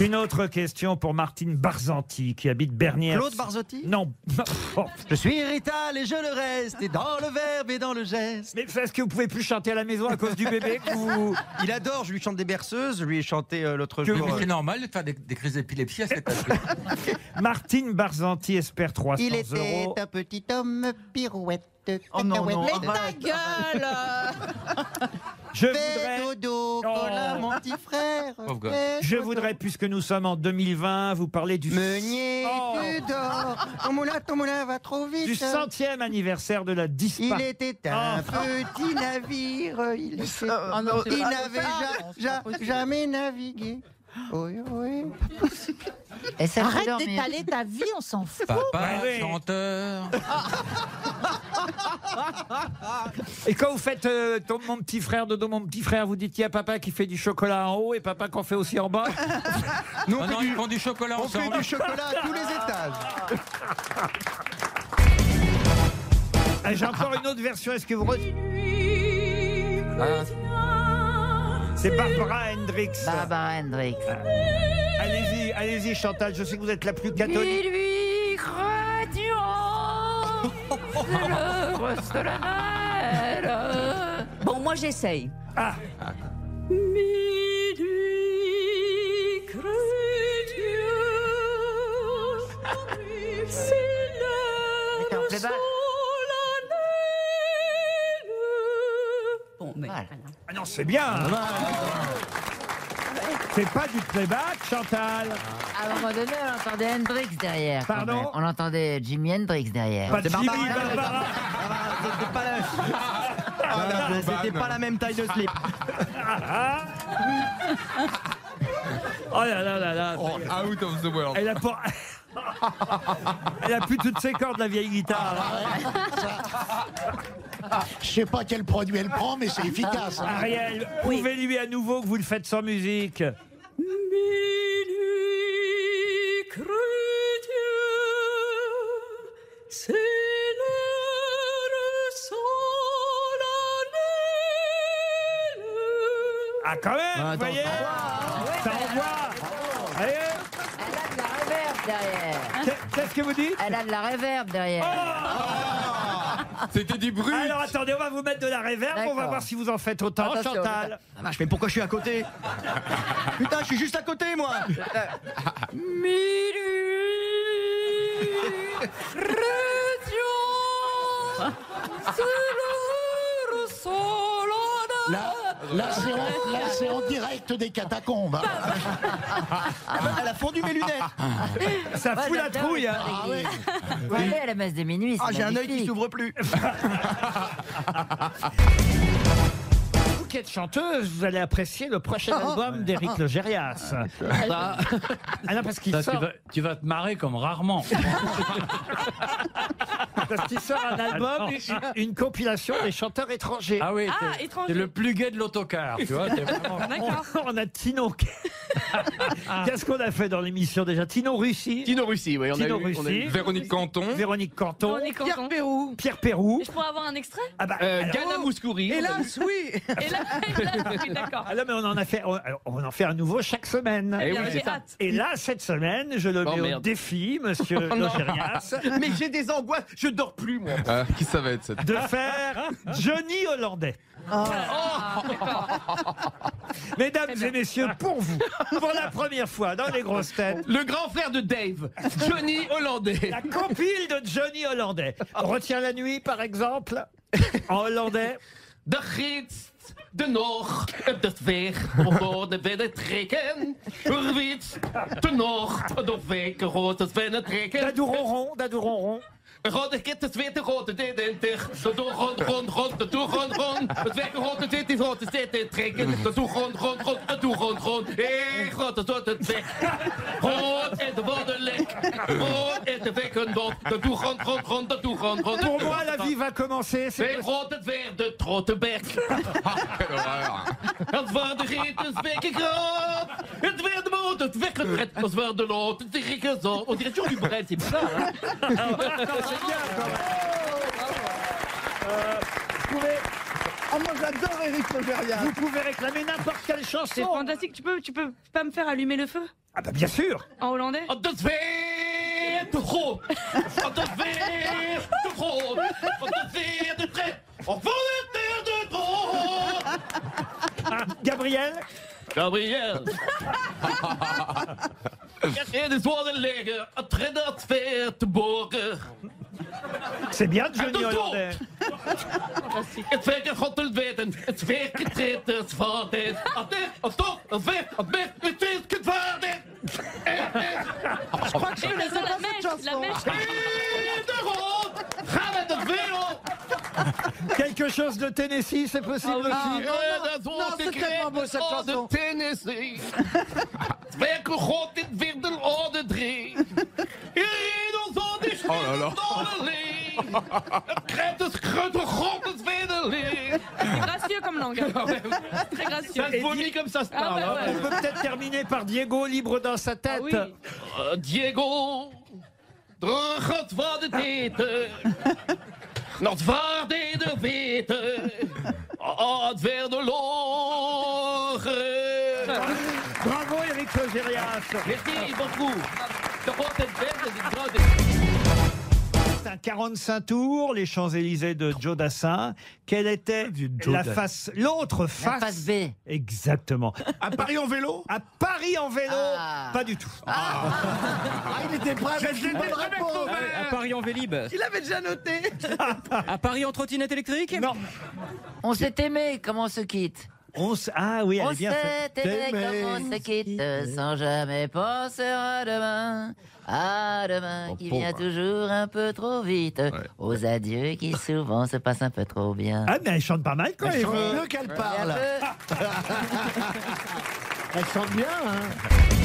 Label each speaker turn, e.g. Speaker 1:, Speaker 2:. Speaker 1: Une autre question pour Martine Barzanti qui habite Bernier.
Speaker 2: Claude Barzotti
Speaker 1: Non. Oh,
Speaker 2: Je suis irritable et je le reste, et dans le verbe et dans le geste.
Speaker 1: Mais est-ce que vous pouvez plus chanter à la maison à cause du bébé que vous...
Speaker 2: Il adore, je lui chante des berceuses, je lui ai chanté euh, l'autre
Speaker 3: Mais
Speaker 2: jour. euh,
Speaker 3: c'est normal de faire des, des crises d'épilepsie à cette âge.
Speaker 1: Martine Barzanti espère 300
Speaker 2: Il était
Speaker 1: euros.
Speaker 2: un petit homme pirouette.
Speaker 4: Oh non, non,
Speaker 2: cacahuète,
Speaker 4: arrête.
Speaker 5: Ta gueule
Speaker 1: ah bah, Je
Speaker 2: Fais
Speaker 1: voudrais, Oh.
Speaker 2: dodo, Colin, mon petit frère.
Speaker 3: Pauvre gosse.
Speaker 2: fais
Speaker 1: je
Speaker 2: dodo.
Speaker 1: voudrais, puisque nous sommes en 2020, vous parler du,
Speaker 2: Meunier,
Speaker 1: Oh.
Speaker 2: tu dors. Ton moulin, ton moulin va trop vite.
Speaker 1: du centième anniversaire de la
Speaker 2: Il
Speaker 1: disparition.
Speaker 2: était un
Speaker 1: Oh.
Speaker 2: petit navire. Il, était-
Speaker 4: Ah non,
Speaker 2: euh, il
Speaker 4: c'est- ah,
Speaker 2: n'avait ja- ja- jamais navigué. Oui, oui.
Speaker 6: Et ça
Speaker 5: Arrête
Speaker 6: dort, mais-
Speaker 5: d'étaler ta vie, on s'en fout.
Speaker 3: Papa,
Speaker 1: Bah oui.
Speaker 3: chanteur.
Speaker 1: Et quand vous faites euh, ton- mon petit frère, dodo mon petit frère, vous dites il y a papa qui fait du chocolat en haut et papa qu'on fait aussi en bas.
Speaker 2: Nous, on
Speaker 3: Oh
Speaker 2: fait
Speaker 3: non,
Speaker 2: du-
Speaker 3: ils font du chocolat
Speaker 2: on fait
Speaker 3: ensemble.
Speaker 2: du chocolat à tous les étages.
Speaker 1: Ah, J'ai encore une autre version. Est-ce que vous re-
Speaker 3: Ah,
Speaker 1: C'est Barbara Hendricks.
Speaker 6: Barbara Hendricks.
Speaker 1: Allez-y, allez-y Chantal. Je sais que vous êtes la plus catholique.
Speaker 6: lui croit le reste de la mer.
Speaker 5: Bon, moi j'essaye.
Speaker 1: Ah.
Speaker 6: D'accord, fais pas.
Speaker 5: Bon, mais
Speaker 6: Voilà.
Speaker 5: voilà.
Speaker 1: Ah non, c'est bien. C'est pas du playback, Chantal.
Speaker 6: À un moment donné, on entendait Hendrix derrière. quand
Speaker 1: Pardon
Speaker 6: même. On entendait Jimi Hendrix derrière.
Speaker 1: Pas de Jimmy,
Speaker 6: Ah, Barbara.
Speaker 1: Barbara.
Speaker 4: Ah, C'était pas la, Voilà, c'était pas la même taille de slip. Ah,
Speaker 1: Oh là là là là.
Speaker 3: out of the world.
Speaker 1: Elle a pas. Elle a plus toutes ses cordes, la vieille guitare.
Speaker 7: Je sais pas quel produit elle prend, mais c'est efficace. hein.
Speaker 1: Ariel, prouvez-lui à nouveau que vous le faites sans musique. Ah, quand même, vous voyez
Speaker 6: Ah
Speaker 1: Ça envoie Allez,
Speaker 6: Elle a de la reverb derrière.
Speaker 1: qu'est- Qu'est-ce que vous dites
Speaker 6: Elle a de la reverb derrière.
Speaker 3: C'était du bruit.
Speaker 1: Alors attendez, on va vous mettre de la réverb, on va
Speaker 6: D'accord.
Speaker 1: voir si vous en faites autant,
Speaker 6: Attention,
Speaker 1: Chantal.
Speaker 4: Ah, vache, mais pourquoi je suis à côté Putain, je suis juste à côté, moi
Speaker 7: Là, là, c'est en, là, c'est en direct des catacombes. hein.
Speaker 4: Elle a fondu mes lunettes
Speaker 1: Ça fout la trouille. hein.
Speaker 7: Ah oui.
Speaker 6: Vous allez à la messe des minuit.
Speaker 4: Ah,
Speaker 6: c'est
Speaker 4: j'ai un œil qui
Speaker 6: magnifique.
Speaker 4: s'ouvre plus
Speaker 1: Vous qui êtes chanteuse, vous allez apprécier le prochain album d'Éric Le Gérias. Ah non, parce qu'il
Speaker 8: Ça, tu,
Speaker 1: sort,
Speaker 8: vas, tu vas te marrer comme rarement.
Speaker 1: parce qu'il sort un album, une, une compilation des chanteurs étrangers.
Speaker 8: Ah oui,
Speaker 9: Ah,
Speaker 8: t'es-
Speaker 9: étranger.
Speaker 8: t'es le plus gay de l'autocar, tu vois. t'es vraiment-
Speaker 1: On, on a Tino. qui-
Speaker 8: Ah.
Speaker 1: Qu'est-ce qu'on a fait dans l'émission déjà Tino Russie,
Speaker 10: Tino Russie, oui, on
Speaker 1: Tino
Speaker 10: a eu. on a eu-
Speaker 1: Russie,
Speaker 3: Véronique Canton.
Speaker 1: Véronique Canton,
Speaker 9: On est content.
Speaker 4: Pérou
Speaker 1: Pierre Pérou.
Speaker 9: Je pourrais avoir un extrait
Speaker 1: Ah bah,
Speaker 10: Euh,
Speaker 1: alors-
Speaker 10: Ghana Mouskouri. on a
Speaker 2: Ah,
Speaker 10: eu-
Speaker 4: Hélas, Ah, oui
Speaker 9: Et là, et là, oui, d'accord.
Speaker 1: Ah là, mais on en a fait, on, alors, on en fait un nouveau chaque semaine.
Speaker 10: Eh oui,
Speaker 9: Bien,
Speaker 10: c'est
Speaker 9: J'ai
Speaker 10: ça.
Speaker 9: hâte.
Speaker 1: Et là, cette semaine, je le
Speaker 10: Oh,
Speaker 1: mets au
Speaker 10: merde. Oh,
Speaker 1: défi, monsieur Logérias,
Speaker 4: Mais j'ai des angoisses, je dors plus, moi
Speaker 3: Euh, qui ça va être cette
Speaker 1: de faire Johnny Hollandais.
Speaker 9: Oh.
Speaker 1: Mesdames et messieurs, pour vous, pour la première fois dans les grosses têtes,
Speaker 10: Le grand frère de Dave, Johnny Hollandais.
Speaker 1: la compile de Johnny Hollandais. Retiens la nuit, par exemple, en hollandais.
Speaker 10: De gids, de nog, op de weg, voor de binnen trekken. Wit, de nog, de weg, rood, het binnen trekken.
Speaker 1: Dadouronron, dadouronron.
Speaker 10: Rode kit, het witte, rode, dit en tig. De door, rond, rond, rond, de door, rond, rond. Het weg, rood, het wit, het rood, het dit en trekken. De door, rond, rond, rond, de door, rond, rond. Hé, god, het wordt het weg. Rood en de worden lek. Rood en de weg, een dot. De door, rond, rond, rond, de door, rond, rond.
Speaker 1: Pour moi, la vie va commencer. C'est
Speaker 10: Wij roten het weer de trottenberg. Het waar de geet is weggegaan. Het werd de moot, het weggered was waar de lood. Het is ik zo. Oh, die is jullie bereid, die bestaat.
Speaker 1: Ah, c'est bien, quand même. Euh, vous pouvez-
Speaker 4: Oh, moi j'adore Eric Logérias.
Speaker 1: Vous pouvez réclamer n'importe quelle chanson.
Speaker 9: C'est fantastique. Tu peux, tu peux pas me faire allumer le feu
Speaker 1: Ah bah bien sûr
Speaker 9: en hollandais
Speaker 10: Oh, dat weer te groot. Oh, dat weer te groot. Oh, dat weer te groot. Oh, van het weer te groot.
Speaker 1: Ah, Gabriel
Speaker 10: Gabriel. Ik in de zon liggen. Het redde het weer te boren.
Speaker 1: C'est bien
Speaker 10: Ah,
Speaker 1: Johnny
Speaker 10: Toto
Speaker 1: Hollandais.
Speaker 10: Het werken God wil weten. Het werken treedt het van dit. Het is het toch. oh, Het werk. Het werk. Het werk. Het werk.
Speaker 4: Je crois que je
Speaker 9: Eh,
Speaker 4: connaissais
Speaker 9: ça,
Speaker 4: pas
Speaker 9: la
Speaker 4: cette
Speaker 9: mèche, la
Speaker 4: chanson.
Speaker 9: mèche.
Speaker 10: Weer te groot. Ga met het weer op.
Speaker 1: Quelque chose de Tennessee, c'est possible
Speaker 9: Ah
Speaker 1: aussi
Speaker 10: eh,
Speaker 4: non, c'est tellement beau, cette chanson.
Speaker 10: Oh, de Tennessee. Het werk van God dit weer de orde drie. Iedereen ons aan de
Speaker 11: Oh là là.
Speaker 10: schulden Het krijgt het grote God het weer de leer. Oh,
Speaker 9: C'est gracieux comme langue. hein. C'est très gracieux.
Speaker 10: Ça se vomit comme ça se
Speaker 9: Ah
Speaker 10: parle.
Speaker 9: ouais,
Speaker 10: hein.
Speaker 1: On
Speaker 9: ouais.
Speaker 1: peut peut-être terminer par Diego, libre dans sa tête.
Speaker 9: oui.
Speaker 10: Eh, Diego, terug het wat het eten. Nog waar de witte. Oh, het weer de logen.
Speaker 1: Bravo Eric Logérias.
Speaker 10: Merci beaucoup. De grote bête, de grote
Speaker 1: C'est un 45 tours, les Champs-Élysées de Joe Dassin. Quelle était la face, l'autre face,
Speaker 6: face B.
Speaker 1: Exactement.
Speaker 4: À Paris en vélo
Speaker 1: À Paris en vélo,
Speaker 6: Ah.
Speaker 1: pas du tout.
Speaker 4: Ah, il était prêt avec une bonne réponse.
Speaker 12: À Paris en Vélib.
Speaker 4: Il avait déjà noté.
Speaker 12: À Paris en trottinette électrique
Speaker 1: Non.
Speaker 6: On s'est aimé, comment on se quitte
Speaker 1: On s- ah oui, elle
Speaker 6: On
Speaker 1: est bien
Speaker 6: s'est
Speaker 1: faite.
Speaker 6: aimé, comment on se quitte Sans jamais penser à demain. À demain qui vient toujours un peu trop vite. Aux adieux qui souvent se passent un peu trop bien.
Speaker 1: Ah mais elle chante pas mal quand même.
Speaker 4: Elle chante mieux qu'elle
Speaker 6: Et un
Speaker 4: parle.
Speaker 6: peu-
Speaker 4: Elle chante bien, hein.